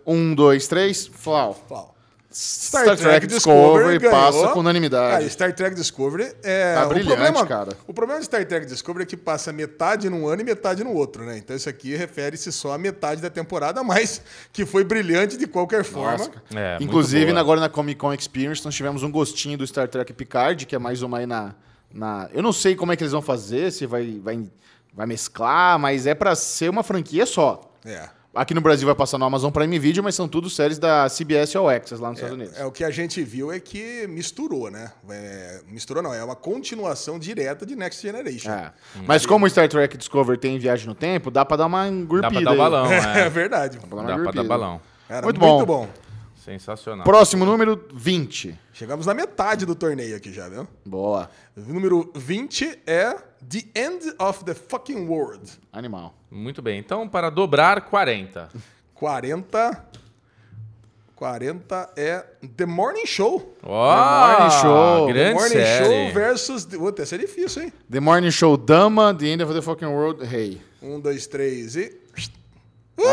Speaker 1: 1, 2, 3. Flau.
Speaker 2: Fala.
Speaker 1: Star, Trek, Discovery,
Speaker 2: ganhou. Ah,
Speaker 1: passa com
Speaker 2: Cara,
Speaker 1: unanimidade.
Speaker 2: Star Trek Discovery é.
Speaker 1: Tá
Speaker 2: o
Speaker 1: brilhante,
Speaker 2: problema,
Speaker 1: cara.
Speaker 2: O problema de Star Trek Discovery é que passa metade num ano e metade no outro, né? Então isso aqui refere-se só à metade da temporada, mas que foi brilhante de qualquer forma.
Speaker 1: Nossa, cara.
Speaker 3: É, muito
Speaker 1: Inclusive,
Speaker 3: boa.
Speaker 1: agora na Comic Con Experience, nós tivemos um gostinho do Star Trek Picard, que é mais uma aí na. na... Eu não sei como é que eles vão fazer, se vai, vai, vai mesclar, mas é pra ser uma franquia só.
Speaker 2: É.
Speaker 1: Aqui no Brasil vai passar no Amazon Prime Video, mas são tudo séries da CBS All Access lá nos Estados Unidos.
Speaker 2: É, o que a gente viu é que misturou, né? É, misturou não, é uma continuação direta de Next Generation.
Speaker 1: É. Mas como o Star Trek Discovery tem viagem no tempo, dá pra dar uma
Speaker 3: Dá pra
Speaker 1: engurpida.
Speaker 3: dar
Speaker 1: aí.
Speaker 3: balão,
Speaker 2: É
Speaker 1: Tá
Speaker 3: é.
Speaker 2: verdade.
Speaker 1: dar uma
Speaker 3: Dá pra dar
Speaker 1: engurpida.
Speaker 3: balão.
Speaker 2: Cara,
Speaker 1: Muito
Speaker 2: Muito
Speaker 1: bom.
Speaker 2: bom.
Speaker 3: Sensacional.
Speaker 1: Próximo número, 20.
Speaker 2: Chegamos na metade do torneio aqui já, viu?
Speaker 1: Boa.
Speaker 2: Número 20 é The End of the Fucking World.
Speaker 1: Animal.
Speaker 3: Muito bem. Então, para dobrar, 40.
Speaker 2: 40. 40 é The Morning Show.
Speaker 3: Ó,
Speaker 1: The Morning Show.
Speaker 3: grande
Speaker 2: The Morning
Speaker 3: série.
Speaker 2: Show versus. Puta, essa é difícil, hein?
Speaker 1: The Morning Show Dama, The End of the Fucking World Rei.
Speaker 2: Um, dois, três e. Puta,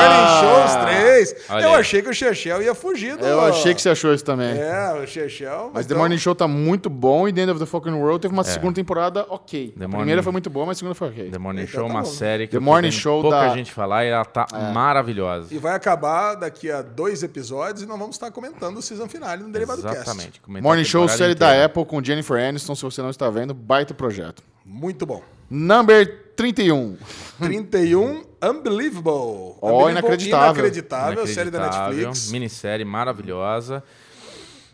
Speaker 2: The Morning Show, os três.
Speaker 3: Ah. Olha
Speaker 2: eu
Speaker 3: aí.
Speaker 2: achei que o Chechel ia fugir do.
Speaker 1: Eu achei que você achou isso também.
Speaker 2: Oh. É, o Chechel. então,
Speaker 1: Mas The Morning Show tá muito bom e The End of the Fucking World teve uma segunda temporada ok. a
Speaker 3: Morning-
Speaker 1: primeira foi muito boa, mas a segunda foi ok.
Speaker 3: The Morning
Speaker 2: Então
Speaker 3: Show é
Speaker 2: tá
Speaker 3: uma
Speaker 2: bom.
Speaker 3: série que
Speaker 1: The
Speaker 3: eu tô
Speaker 1: Morning
Speaker 3: vendo
Speaker 1: Show
Speaker 3: pouca
Speaker 1: da- É.
Speaker 3: gente falar e ela tá maravilhosa.
Speaker 2: E vai acabar daqui a dois episódios e nós vamos estar comentando o season finale no Derivado Cast.
Speaker 3: Exatamente. Comentar a
Speaker 1: Morning Show,
Speaker 3: temporada
Speaker 1: série da
Speaker 3: inteira.
Speaker 1: Apple com Jennifer Aniston, se você não está vendo, baita projeto.
Speaker 2: Muito bom.
Speaker 1: Number 31.
Speaker 2: 31, Unbelievable.
Speaker 1: Ó,
Speaker 2: Unbelievable,
Speaker 1: inacreditável.
Speaker 2: Inacreditável, série da
Speaker 3: Inacreditável,
Speaker 2: Netflix.
Speaker 3: Minissérie maravilhosa.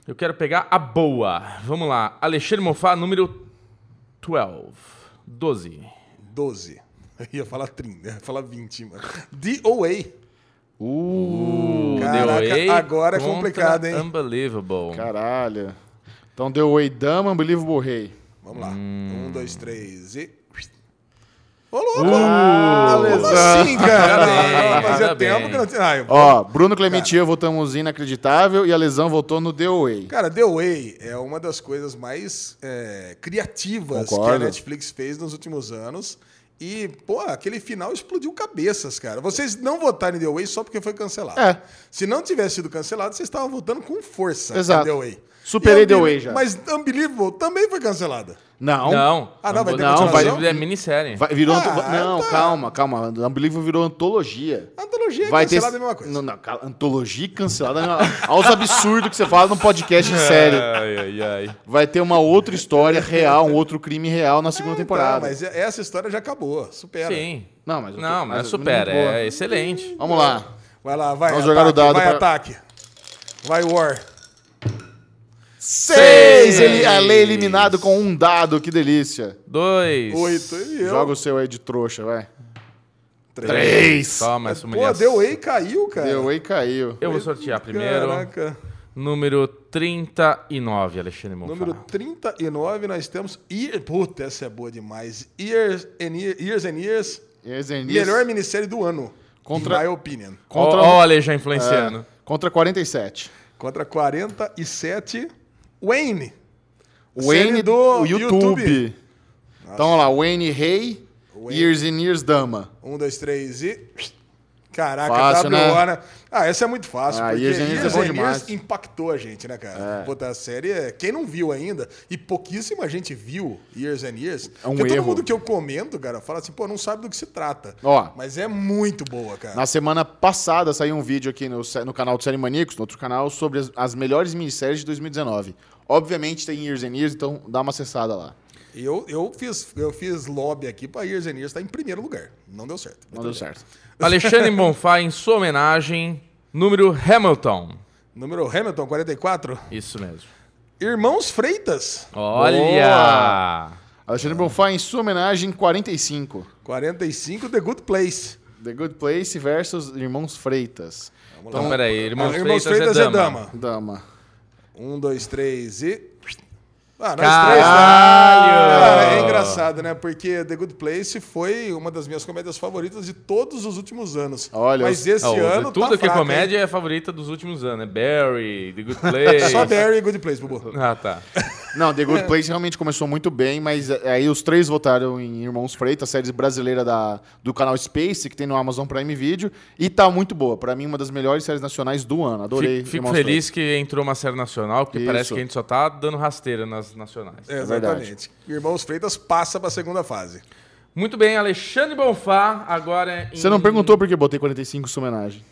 Speaker 3: Eu quero pegar a boa. Vamos lá. Alexandre Mofá, número 12. 12.
Speaker 2: 12. Eu ia falar 30, ia falar 20, mano. DOA.
Speaker 1: Uh,
Speaker 2: Caraca,
Speaker 3: The Way
Speaker 2: agora é
Speaker 3: contra
Speaker 2: complicado, hein?
Speaker 3: Unbelievable.
Speaker 1: caralho. Então The Way Dama, Unbelievable Rei.
Speaker 2: Vamos lá.
Speaker 3: Hum.
Speaker 2: Um, dois, três e. Ô, louco!
Speaker 1: Ah,
Speaker 2: Como
Speaker 1: lesão.
Speaker 2: assim, cara?
Speaker 3: Uh, Parabéns,
Speaker 2: Fazia
Speaker 3: parabéns.
Speaker 2: tempo que não tinha. Ah, eu-
Speaker 1: Ó, Bruno Clemente e eu votamos inacreditável e a lesão votou no The Way.
Speaker 2: Cara, The Way é uma das coisas mais é, criativas
Speaker 1: Concordo.
Speaker 2: que a Netflix fez nos últimos anos. E, pô, aquele final explodiu cabeças, cara. Vocês não votaram em The Way só porque foi cancelado.
Speaker 1: É.
Speaker 2: Se não tivesse sido cancelado, vocês estavam votando com força
Speaker 1: Exato.
Speaker 2: em The Way.
Speaker 1: Superei
Speaker 2: E
Speaker 1: The
Speaker 2: Unbe-
Speaker 1: Way já.
Speaker 2: Mas Unbelievable também foi cancelada.
Speaker 1: Não.
Speaker 3: Não.
Speaker 2: Ah, não, vai ter
Speaker 3: não,
Speaker 1: continuação?
Speaker 3: vai- é minissérie.
Speaker 1: Vai- virou
Speaker 2: Ah,
Speaker 1: anto- Não,
Speaker 2: tá.
Speaker 1: calma, calma. Unbelievable virou antologia.
Speaker 2: A antologia é
Speaker 1: Vai ter...
Speaker 2: cancelada é a mesma coisa.
Speaker 1: Não, não, cala- antologia cancelada. é uma- Aos absurdos que você fala num podcast
Speaker 3: É.
Speaker 1: de série.
Speaker 3: Ai, ai, ai.
Speaker 1: Vai ter uma outra história real, um outro crime real na segunda
Speaker 2: Então,
Speaker 1: temporada.
Speaker 2: mas essa história já acabou. Supera.
Speaker 3: Sim.
Speaker 1: Não, mas... eu tô-
Speaker 3: Não,
Speaker 1: eu
Speaker 3: mas
Speaker 1: tô muito
Speaker 3: supera.
Speaker 1: boa.
Speaker 3: É excelente.
Speaker 1: Vamos lá.
Speaker 2: Vai lá, vai.
Speaker 1: Vamos jogar o dado
Speaker 2: Vai,
Speaker 1: pra-
Speaker 2: ataque. Vai, War.
Speaker 1: Seis! Ele, a lei eliminado com um dado, que delícia.
Speaker 3: Dois.
Speaker 2: Oito. E eu.
Speaker 1: Joga o seu aí de trouxa, vai.
Speaker 2: Três.
Speaker 1: Três!
Speaker 3: Toma essa
Speaker 2: Pô,
Speaker 3: humilhação.
Speaker 2: deu aí caiu, cara.
Speaker 1: Deu aí, caiu.
Speaker 3: Eu vou sortear primeiro.
Speaker 2: Caraca.
Speaker 3: Número 39, Alexandre Mofá.
Speaker 2: Número 39, nós temos. Ear... Puta, essa é boa demais. Years and Years, Years, and Years
Speaker 1: Ezenis
Speaker 2: melhor minissérie do ano.
Speaker 1: Contra-
Speaker 2: In my opinion.
Speaker 1: contra-
Speaker 3: Ó, ó o Ale já
Speaker 1: é,
Speaker 3: influenciando.
Speaker 1: contra 47.
Speaker 2: Contra 47, Wayne.
Speaker 1: Wayne
Speaker 2: Série
Speaker 1: do o YouTube. Então, olha lá, Wayne Rei,
Speaker 2: Wayne.
Speaker 1: Years and Years Dama.
Speaker 2: Um, dois, três e. Caraca,
Speaker 1: Fácil,
Speaker 2: WO, né? Ah, essa é muito fácil,
Speaker 1: Ah,
Speaker 2: porque
Speaker 1: Years
Speaker 2: Years,
Speaker 1: and Years é bom
Speaker 2: and Years
Speaker 1: demais.
Speaker 2: impactou a gente, né, cara?
Speaker 1: É.
Speaker 2: Puta, a série, é- quem não viu ainda, e pouquíssima gente viu Years and Years,
Speaker 1: É um
Speaker 2: porque
Speaker 1: erro.
Speaker 2: todo mundo que eu comento, cara, fala assim, pô, não sabe do que se trata.
Speaker 1: Ó.
Speaker 2: Mas é muito boa, cara.
Speaker 1: Na semana passada saiu um vídeo aqui no, no canal do Série Maníacos, no outro canal, sobre as, as melhores minisséries de 2019. Obviamente tem Years and Years, então dá uma acessada lá.
Speaker 2: Eu, eu, fiz, eu fiz lobby aqui pra Years and Years tá em primeiro lugar. Não deu certo.
Speaker 1: Não deu certo.
Speaker 2: É.
Speaker 3: Alexandre Bonfá, em sua homenagem, número Hamilton.
Speaker 2: Número Hamilton, 44.
Speaker 3: Isso mesmo.
Speaker 2: Irmãos Freitas,
Speaker 3: Olha!
Speaker 1: Alexandre Bonfá, em sua homenagem, 45.
Speaker 2: 45. The Good Place.
Speaker 1: The Good Place versus Irmãos Freitas.
Speaker 2: Vamos Ah,
Speaker 3: Então, peraí, Irmãos,
Speaker 2: Irmãos
Speaker 3: Freitas, é dama.
Speaker 1: Dama.
Speaker 2: Um, dois, três e. Ah, nós três. né? Cara,
Speaker 3: Caralho!
Speaker 2: é engraçado, né? Porque The Good Place foi uma das minhas comédias favoritas de todos os últimos anos.
Speaker 1: Olha,
Speaker 2: Mas esse
Speaker 3: Ó,
Speaker 2: ano.
Speaker 3: tudo
Speaker 2: tá
Speaker 3: que é
Speaker 2: fraco,
Speaker 3: comédia é a favorita dos últimos anos. É Barry, The Good Place.
Speaker 2: hein? É Só Barry e Good Place, Bubu.
Speaker 3: Ah, tá.
Speaker 1: Não, The Good Place realmente começou muito bem, mas é, aí os três votaram em Irmãos Freitas, série brasileira da, do canal Space, que tem no Amazon Prime Video, e tá muito boa. Pra mim, uma das melhores séries nacionais do ano. Adorei.
Speaker 3: Fico, fico
Speaker 1: Irmãos
Speaker 3: feliz que entrou uma série nacional, porque parece
Speaker 1: Isso.
Speaker 3: que a gente só tá dando rasteira nas nacionais.
Speaker 2: É, exatamente. Irmãos Freitas passa pra segunda fase.
Speaker 3: Muito bem, Alexandre Bonfá, agora em...
Speaker 1: Você não perguntou por que eu botei 45 em sua homenagem.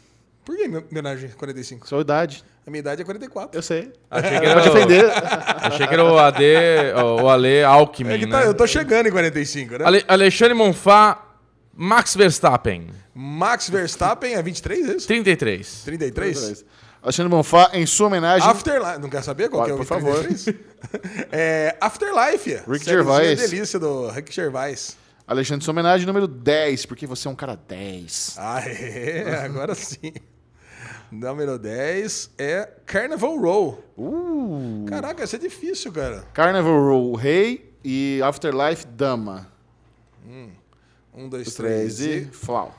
Speaker 2: Por que minha homenagem é 45?
Speaker 1: Sua idade.
Speaker 2: A minha idade é 44.
Speaker 1: Eu sei.
Speaker 3: Achei que
Speaker 1: Eu vou
Speaker 3: era o-
Speaker 1: te ofender.
Speaker 3: Achei que era o AD, o o Ale Alckmin,
Speaker 2: É que
Speaker 3: né?
Speaker 2: tá, eu tô chegando em 45, né?
Speaker 3: Ale- Alexandre Bonfá, Max Verstappen,
Speaker 2: Max Verstappen é 23, é isso?
Speaker 3: 33.
Speaker 2: 33?
Speaker 1: Alexandre Bonfá, em sua homenagem.
Speaker 2: Afterlife. Não quer saber qual que é o
Speaker 1: Por favor.
Speaker 2: 33? é Afterlife.
Speaker 1: Rick
Speaker 2: sériezinha
Speaker 1: Gervais.
Speaker 2: delícia do Rick Gervais.
Speaker 1: Alexandre, sua homenagem número 10, porque você é um cara 10.
Speaker 2: Ah, é, agora sim. Número 10 é Carnival Row.
Speaker 1: Uh.
Speaker 2: Caraca, isso é difícil, cara.
Speaker 1: Carnival Row, Rei e Afterlife, Dama.
Speaker 2: Um, dois,
Speaker 1: Os três
Speaker 2: três
Speaker 1: e
Speaker 2: e...
Speaker 1: Flau.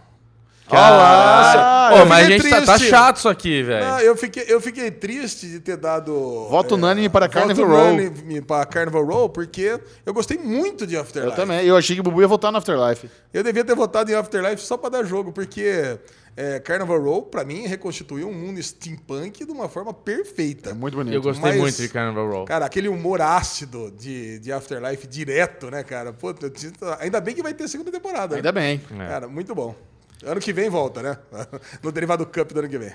Speaker 1: Olá!
Speaker 3: Pô,
Speaker 2: eu
Speaker 3: mas a
Speaker 2: fiquei
Speaker 3: gente tá, tá
Speaker 2: triste.
Speaker 3: chato isso aqui, velho.
Speaker 2: Ah, eu, fiquei, eu fiquei triste de ter dado. é,
Speaker 1: Voto unânime para Carnival
Speaker 2: voto
Speaker 1: Row.
Speaker 2: unânime para Carnival Row, porque eu gostei muito de Afterlife.
Speaker 1: Eu também. Eu achei que o Bubu ia votar no Afterlife.
Speaker 2: Eu devia ter votado em Afterlife só pra dar jogo, porque é, Carnival Row, pra mim, reconstituiu um mundo steampunk de uma forma perfeita.
Speaker 1: É muito bonito.
Speaker 3: Eu gostei
Speaker 2: mas-
Speaker 3: muito de Carnival Row.
Speaker 2: Cara, aquele humor ácido de, de Afterlife direto, né, cara? Puta, eu sinto- ainda bem que vai ter segunda temporada. né?
Speaker 1: Ainda bem.
Speaker 3: É.
Speaker 2: Cara, muito bom. Ano que vem volta, né? No Derivado Cup do ano que vem.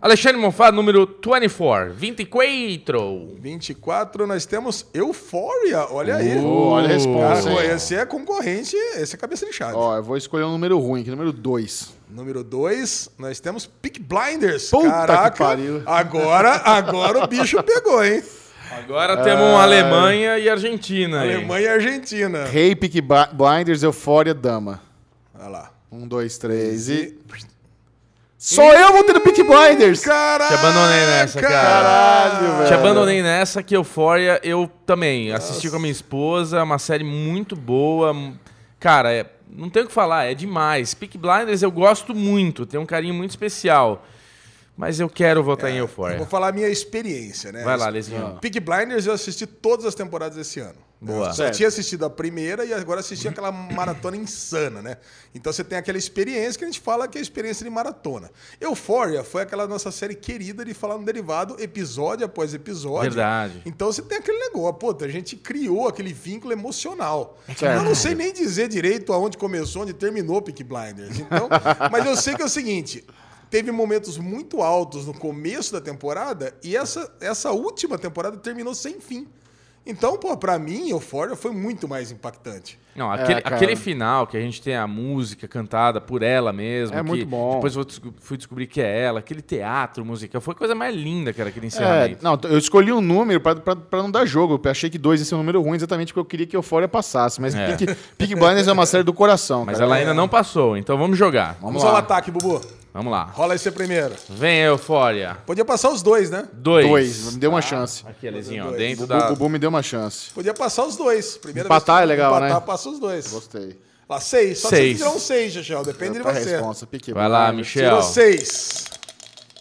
Speaker 3: Alexandre Monfá, número 24. 24.
Speaker 2: 24, nós temos Euphoria, olha aí.
Speaker 1: Pô, Uh, olha a
Speaker 2: Cara,
Speaker 1: resposta.
Speaker 2: pô,
Speaker 1: hein?
Speaker 2: esse é concorrente, esse é cabeça de chave.
Speaker 1: Ó, eu vou escolher um número ruim, que é o número 2.
Speaker 2: Número 2, nós temos Pick Blinders.
Speaker 1: Puta que
Speaker 2: Caraca,
Speaker 1: pariu.
Speaker 2: Agora, agora o bicho pegou, hein?
Speaker 3: Agora temos
Speaker 2: Ah.
Speaker 3: Alemanha e Argentina. aí.
Speaker 2: Alemanha e Argentina.
Speaker 1: Rei, Pick Blinders, Eufória, Dama.
Speaker 2: Olha lá.
Speaker 1: Um, dois, três e. Só eu vou ter no Pick Blinders!
Speaker 2: Caraca!
Speaker 3: Te abandonei nessa, cara.
Speaker 1: Caralho, velho.
Speaker 3: Te abandonei nessa, que Euphoria eu também assisti com a minha esposa, uma série muito boa. Cara, é- não tem o que falar, é demais. Peak Blinders eu gosto muito, tem um carinho muito especial. Mas eu quero votar em
Speaker 2: É, Eu
Speaker 3: Euphoria.
Speaker 2: Vou falar a minha experiência, né?
Speaker 3: Vai lá, Lezinho.
Speaker 2: Peak Blinders eu assisti todas as temporadas esse ano.
Speaker 3: Boa. Uhum.
Speaker 2: Eu só
Speaker 1: Certo.
Speaker 2: tinha assistido a primeira e agora assisti aquela maratona insana, né? Então você tem aquela experiência que a gente fala que é a experiência de maratona. Euphoria foi aquela nossa série querida de falar no derivado, episódio após episódio.
Speaker 3: Verdade.
Speaker 2: Então você tem aquele negócio, pô, a gente criou aquele vínculo emocional.
Speaker 1: Certo.
Speaker 2: Eu não sei nem dizer direito aonde começou, onde terminou Peak Blinders. Então, mas eu sei que é o seguinte, teve momentos muito altos no começo da temporada e essa, essa última temporada terminou sem fim. Então, pô, pra mim, Euphoria foi muito mais impactante.
Speaker 3: Não, aquele,
Speaker 1: É, cara.
Speaker 3: aquele final que a gente tem a música cantada por ela mesmo.
Speaker 1: É
Speaker 3: que
Speaker 1: muito bom.
Speaker 3: Depois eu desco- fui descobrir que é ela, aquele teatro musical. Foi a coisa mais linda que era aquele
Speaker 1: É,
Speaker 3: encerramento.
Speaker 1: não, eu escolhi um número pra, pra, pra não dar jogo. Eu achei que dois ia ser um número ruim exatamente porque eu queria que Euphoria passasse. Mas
Speaker 3: É.
Speaker 1: Peak, Peak Blinders é uma série do coração.
Speaker 3: Mas
Speaker 1: cara.
Speaker 3: ela ainda não passou, então vamos jogar.
Speaker 2: Vamos
Speaker 1: é. lá.
Speaker 2: ao ataque, Bubu.
Speaker 3: Vamos lá.
Speaker 2: Rola esse primeiro.
Speaker 3: Vem, Euphoria.
Speaker 2: Podia passar os dois, né?
Speaker 3: é Dois. Ah, tá.
Speaker 1: Dois, me deu uma chance.
Speaker 3: Aqui, Alezinho, ó,
Speaker 2: Dois.
Speaker 3: dentro
Speaker 1: O
Speaker 3: da...
Speaker 1: Bubu me deu uma chance.
Speaker 2: Podia passar os dois. Primeira
Speaker 1: Empatar
Speaker 2: vez
Speaker 1: é legal,
Speaker 2: empatar,
Speaker 1: né?
Speaker 2: passa os dois.
Speaker 1: Gostei.
Speaker 2: Lá, seis. Só que
Speaker 3: Seis.
Speaker 2: você tirou um seis, Michel. Depende de
Speaker 1: Tá a
Speaker 2: você.
Speaker 1: resposta, Peak
Speaker 3: Vai lá,
Speaker 1: Blinders.
Speaker 3: Michel.
Speaker 2: Tirou seis.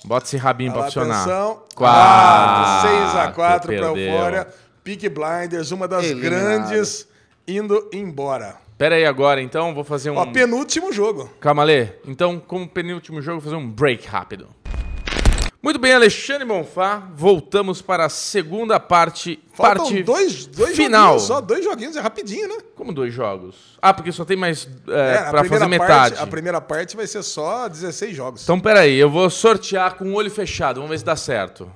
Speaker 3: Bota esse rabinho pra
Speaker 2: Vai lá,
Speaker 3: funcionar.
Speaker 2: atenção.
Speaker 3: Quatro.
Speaker 2: 6 a 4 pra
Speaker 3: perdeu.
Speaker 2: fora. Peak Blinders, uma das
Speaker 1: Eliminado.
Speaker 2: grandes, indo embora.
Speaker 3: Pera aí agora, então, vou fazer um...
Speaker 2: Ó, penúltimo jogo.
Speaker 3: Calma, Lê. Então, como penúltimo jogo, vou fazer um break rápido. Muito bem, Alexandre Bonfá. Voltamos para a segunda parte.
Speaker 2: Faltam
Speaker 3: parte
Speaker 2: dois, dois
Speaker 3: final.
Speaker 2: joguinhos só, dois joguinhos, é rapidinho, né?
Speaker 3: Como dois jogos? Ah, porque só tem mais é,
Speaker 2: a
Speaker 3: pra fazer
Speaker 2: primeira
Speaker 3: metade.
Speaker 2: Parte, a primeira parte vai ser só 16 jogos.
Speaker 3: Então, pera aí. Eu vou sortear com o olho fechado. Vamos ver se dá certo.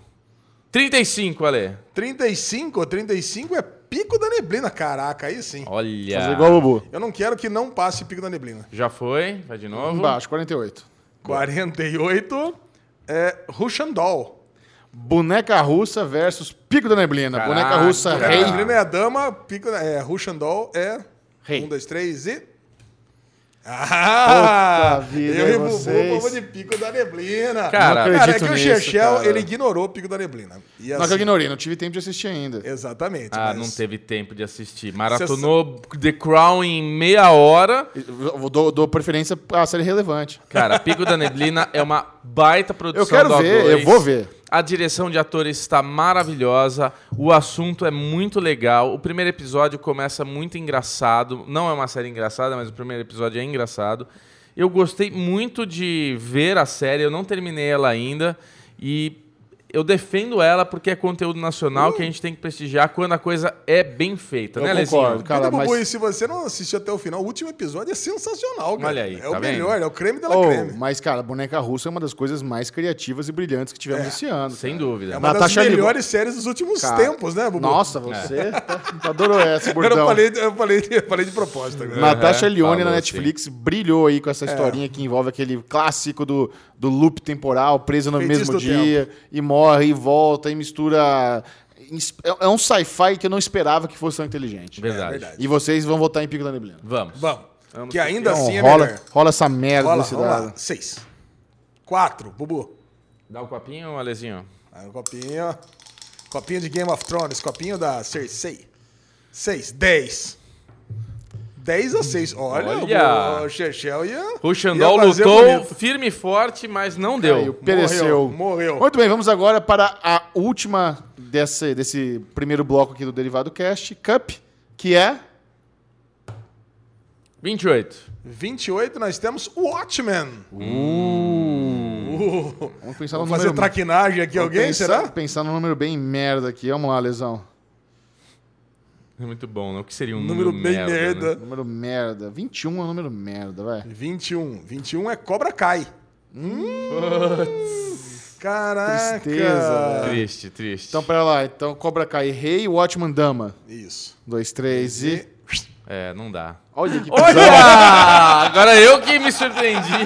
Speaker 3: 35, Ale.
Speaker 2: 35, 35 é pico da neblina. Caraca, aí sim.
Speaker 3: Olha.
Speaker 1: Fazer igual o Bubu.
Speaker 2: Eu não quero que não passe pico da neblina.
Speaker 3: Já foi. Vai de novo.
Speaker 1: Embaixo, 48.
Speaker 2: 48 é Russian Doll.
Speaker 1: Boneca russa versus Pico da Neblina.
Speaker 3: Caraca.
Speaker 1: Boneca russa,
Speaker 3: Caraca.
Speaker 2: Pico da
Speaker 1: rei.
Speaker 2: Neblina é a dama, pico, é, Russian Doll é.
Speaker 1: Rei.
Speaker 2: Um, dois, três e. Ah!
Speaker 1: Puta vida,
Speaker 2: eu
Speaker 1: é
Speaker 2: e Bubu
Speaker 1: vocês.
Speaker 2: vamos de pico da neblina.
Speaker 1: Não
Speaker 3: Cara,
Speaker 2: Cara, é
Speaker 1: acredito
Speaker 2: que o
Speaker 1: nisso,
Speaker 2: Chechel,
Speaker 1: cara.
Speaker 2: ele ignorou o pico da neblina. E
Speaker 1: Não,
Speaker 2: assim-
Speaker 1: que eu ignorei, não tive tempo de assistir ainda.
Speaker 2: Exatamente.
Speaker 3: Ah,
Speaker 2: mas-
Speaker 3: não teve tempo de assistir. Maratonou The Crown em meia hora.
Speaker 1: Eu vou- dou, dou preferência à série relevante.
Speaker 3: Cara, Pico da Neblina é uma baita produção
Speaker 1: Eu quero
Speaker 3: do
Speaker 1: ver,
Speaker 3: A2.
Speaker 1: eu vou ver.
Speaker 3: A direção de atores está maravilhosa, o assunto é muito legal. O primeiro episódio começa muito engraçado. Não é uma série engraçada, mas o primeiro episódio é engraçado. Eu gostei muito de ver a série, eu não terminei ela ainda e eu defendo ela porque é conteúdo nacional que a gente tem que prestigiar quando a coisa é bem feita,
Speaker 1: Hum. Eu
Speaker 3: né,
Speaker 1: concordo,
Speaker 3: Lezinho?
Speaker 1: cara,
Speaker 2: Pedro
Speaker 1: mas...
Speaker 2: Bubu, e se você não assistiu até o final, o último episódio é sensacional, cara.
Speaker 3: Olha aí,
Speaker 2: É
Speaker 3: tá
Speaker 2: o
Speaker 3: vendo?
Speaker 2: melhor, é o creme da
Speaker 1: Oh,
Speaker 2: creme.
Speaker 1: mas, cara, boneca russa é uma das coisas mais criativas e brilhantes que tivemos esse ano.
Speaker 3: Sem
Speaker 1: cara.
Speaker 3: dúvida.
Speaker 2: É uma
Speaker 1: Natasha
Speaker 2: das
Speaker 1: Ligo-
Speaker 2: melhores séries dos últimos
Speaker 1: Cara,
Speaker 2: tempos, né, Bubu?
Speaker 1: Nossa, você tá- adorou essa,
Speaker 2: eu,
Speaker 1: bordão.
Speaker 2: não falei, eu, falei, eu falei de propósta. Cara.
Speaker 1: Natasha Leone na
Speaker 3: falou,
Speaker 1: Netflix brilhou aí com
Speaker 2: É.
Speaker 1: essa historinha que envolve aquele clássico do, do loop temporal, preso no
Speaker 2: Feitiço
Speaker 1: mesmo
Speaker 2: do
Speaker 1: dia, e morre, e volta, e mistura. É é um sci-fi que eu não esperava que fosse tão inteligente.
Speaker 3: Verdade.
Speaker 2: É, verdade.
Speaker 1: E vocês vão votar em Pico da Neblina.
Speaker 3: Vamos.
Speaker 2: Vamos. que ainda
Speaker 1: Então,
Speaker 2: assim é
Speaker 1: rola,
Speaker 2: melhor.
Speaker 1: rola essa merda
Speaker 2: Rola,
Speaker 1: desse
Speaker 2: vamos
Speaker 1: dado.
Speaker 2: lá. Seis. Quatro, Bubu.
Speaker 3: Dá o copinho, Alezinho?
Speaker 2: Aí, um copinho. Copinho de Game of Thrones, copinho da Cersei. Seis. Dez. 10 a 6. Olha,
Speaker 3: Olha.
Speaker 2: o Chechel ia.
Speaker 3: O Xandol
Speaker 2: ia fazer
Speaker 3: lutou
Speaker 2: bonito.
Speaker 3: firme e forte, mas não deu.
Speaker 1: Caiu, pereceu.
Speaker 2: morreu.
Speaker 1: Muito bem, vamos agora para a última desse, desse primeiro bloco aqui do Derivado Cast, Cup, que é...
Speaker 3: 28.
Speaker 2: 28, nós temos o Watchmen.
Speaker 3: Hum.
Speaker 2: Uh.
Speaker 1: Vamos pensar
Speaker 2: Vamos
Speaker 1: Tá no
Speaker 2: fazer
Speaker 1: número... um.
Speaker 2: traquinagem aqui,
Speaker 1: vamos
Speaker 2: alguém?
Speaker 1: pensar-
Speaker 2: Será?
Speaker 1: Pensar num número bem merda aqui. Vamos lá, Lesão.
Speaker 3: É muito bom, né? O que seria um
Speaker 2: Número
Speaker 3: número,
Speaker 2: bem
Speaker 3: né?
Speaker 2: merda.
Speaker 1: Número merda. 21 é um número merda, vai.
Speaker 2: 21. 21 é Cobra Cai. Caraca.
Speaker 1: Tristeza, velho.
Speaker 3: Triste, triste.
Speaker 1: Então, pera lá. Então, Cobra Kai, Rei, Watchman, Dama.
Speaker 2: Isso.
Speaker 1: Dois, três e...
Speaker 3: É, não dá.
Speaker 1: Olha que bizarro.
Speaker 3: Olha! Agora eu que me surpreendi.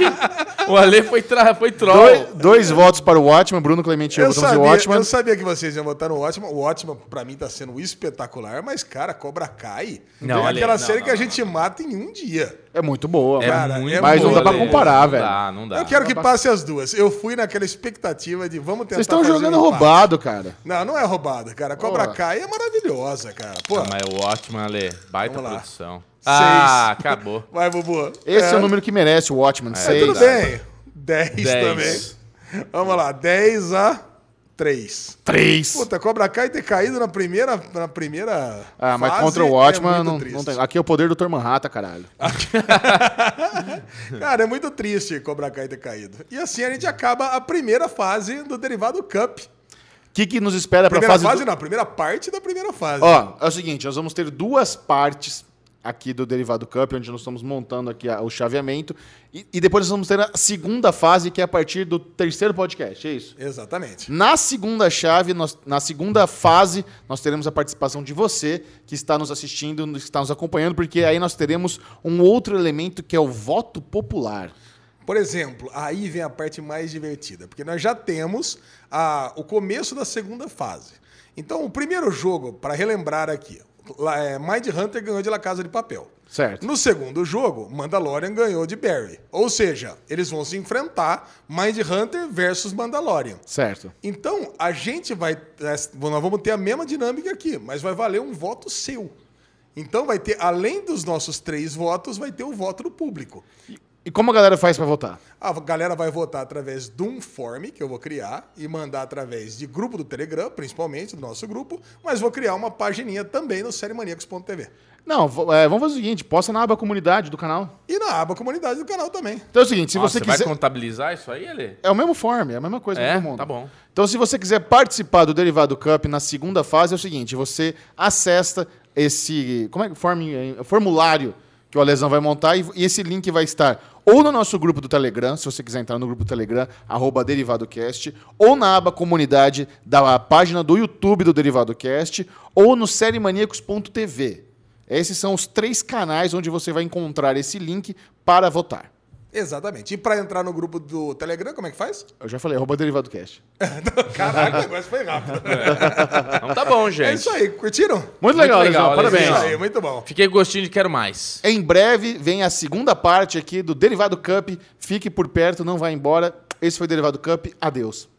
Speaker 3: O Ale foi, tra... foi troll.
Speaker 1: Dois, dois votos para o Watchman. Bruno Clemente e eu
Speaker 2: Eu
Speaker 1: votamos em
Speaker 2: sabia,
Speaker 1: um Watchman.
Speaker 2: eu sabia que vocês iam votar no Watchman. O Watchman, pra mim, tá sendo espetacular, mas, cara, Cobra Cai
Speaker 3: Não,
Speaker 2: é
Speaker 3: Ale,
Speaker 2: aquela
Speaker 3: não,
Speaker 2: série
Speaker 3: não,
Speaker 2: que a
Speaker 3: não,
Speaker 2: gente mata em um dia.
Speaker 1: É muito boa,
Speaker 3: É
Speaker 1: mano.
Speaker 2: cara,
Speaker 3: muito
Speaker 2: é
Speaker 1: Mas não
Speaker 3: bom,
Speaker 1: dá pra
Speaker 3: Ale.
Speaker 1: comparar, velho.
Speaker 3: Não dá, não dá.
Speaker 2: Eu quero que passe as duas. Eu fui naquela expectativa de vamos tentar
Speaker 1: Vocês estão
Speaker 2: fazer
Speaker 1: jogando
Speaker 2: um empate.
Speaker 1: roubado, cara.
Speaker 2: Não, não é roubada, cara. Cobra
Speaker 1: Porra.
Speaker 2: Kai é maravilhosa, cara. Pô,
Speaker 3: Ah, mas é ótimo, Ale. Baita
Speaker 2: Vamos lá.
Speaker 3: produção. Ah, acabou.
Speaker 2: vai, Bubu.
Speaker 1: Esse é, o número que merece o Watchman.
Speaker 2: É,
Speaker 1: Seis.
Speaker 2: tudo bem. 10
Speaker 3: Dez.
Speaker 2: também. Vamos lá, 10 a 3.
Speaker 1: Três.
Speaker 2: Puta, Cobra Kai ter caído na primeira. Na primeira
Speaker 1: Ah, mas
Speaker 2: fase
Speaker 1: contra o
Speaker 2: é
Speaker 1: Watchman
Speaker 2: muito
Speaker 1: não,
Speaker 2: triste. Ah.
Speaker 1: não tem. Aqui é o poder do Dr. Manhattan, caralho.
Speaker 2: Cara, é muito triste Cobra Kai ter caído. E assim a gente acaba a primeira fase do Derivado Cup.
Speaker 1: O que, que nos espera pra
Speaker 2: Primeira
Speaker 1: fase.
Speaker 2: fase,
Speaker 1: do-
Speaker 2: não, primeira parte da primeira fase.
Speaker 1: Ó, é o seguinte, nós vamos ter duas partes aqui do Derivado Cup, onde nós estamos montando aqui a- o chaveamento. E, e depois nós vamos ter a segunda fase, que é a partir do terceiro podcast, é isso?
Speaker 2: Exatamente.
Speaker 1: Na segunda chave, nós- na segunda fase, nós teremos a participação de você que está nos assistindo, que está nos acompanhando, porque aí nós teremos um outro elemento que é o voto popular.
Speaker 2: Por exemplo, aí vem a parte mais divertida, porque nós já temos a- o começo da segunda fase. Então, o primeiro jogo, para relembrar aqui, lá é Mind Hunter ganhou de La Casa de Papel.
Speaker 1: Certo.
Speaker 2: No segundo jogo, Mandalorian ganhou de Barry. Ou seja, eles vão se enfrentar Mind Hunter versus Mandalorian.
Speaker 1: Certo.
Speaker 2: Então, a gente vai. é, Nós vamos ter a mesma dinâmica aqui, mas vai valer um voto seu. Então, vai ter, além dos nossos três votos, vai ter o voto do público.
Speaker 1: E como a galera faz pra votar?
Speaker 2: A galera vai votar através de um form que eu vou criar e mandar através de grupo do Telegram, principalmente do nosso grupo, mas vou criar uma pagininha também no seremaniacos.tv.
Speaker 1: Não, vo- é, vamos fazer o seguinte, posta na aba comunidade do canal.
Speaker 2: E na aba comunidade do canal também.
Speaker 1: Então é o seguinte, se
Speaker 3: Nossa,
Speaker 1: você quiser...
Speaker 3: vai contabilizar isso aí, Ale?
Speaker 1: É o mesmo form, é a mesma coisa pra
Speaker 3: É?
Speaker 1: todo mundo.
Speaker 3: Tá bom.
Speaker 1: Então, se você quiser participar do Derivado Cup na segunda fase, é o seguinte: você acessa esse como é, que- form, eh, formulário que o Alesão vai montar e, e esse link vai estar ou no nosso grupo do Telegram, se você quiser entrar no grupo do Telegram, arroba DerivadoCast, ou na aba comunidade da página do YouTube do DerivadoCast, ou no seriemaníacos.tv. Esses são os três canais onde você vai encontrar esse link para votar.
Speaker 2: Exatamente. E para entrar no grupo do Telegram, como é que faz?
Speaker 1: Eu já falei, arroba DerivadoCast.
Speaker 2: Caralho, o negócio foi rápido.
Speaker 3: Então tá bom, gente.
Speaker 2: É isso aí, curtiram? É
Speaker 1: Muito legal,
Speaker 3: legal,
Speaker 1: Alesão.
Speaker 3: Alesão.
Speaker 1: Parabéns.
Speaker 2: Isso aí, muito bom.
Speaker 3: Fiquei com gostinho de quero mais.
Speaker 1: Em breve vem a segunda parte aqui do Derivado Cup. Fique por perto, não vá embora. Esse foi o Derivado Cup. Adeus.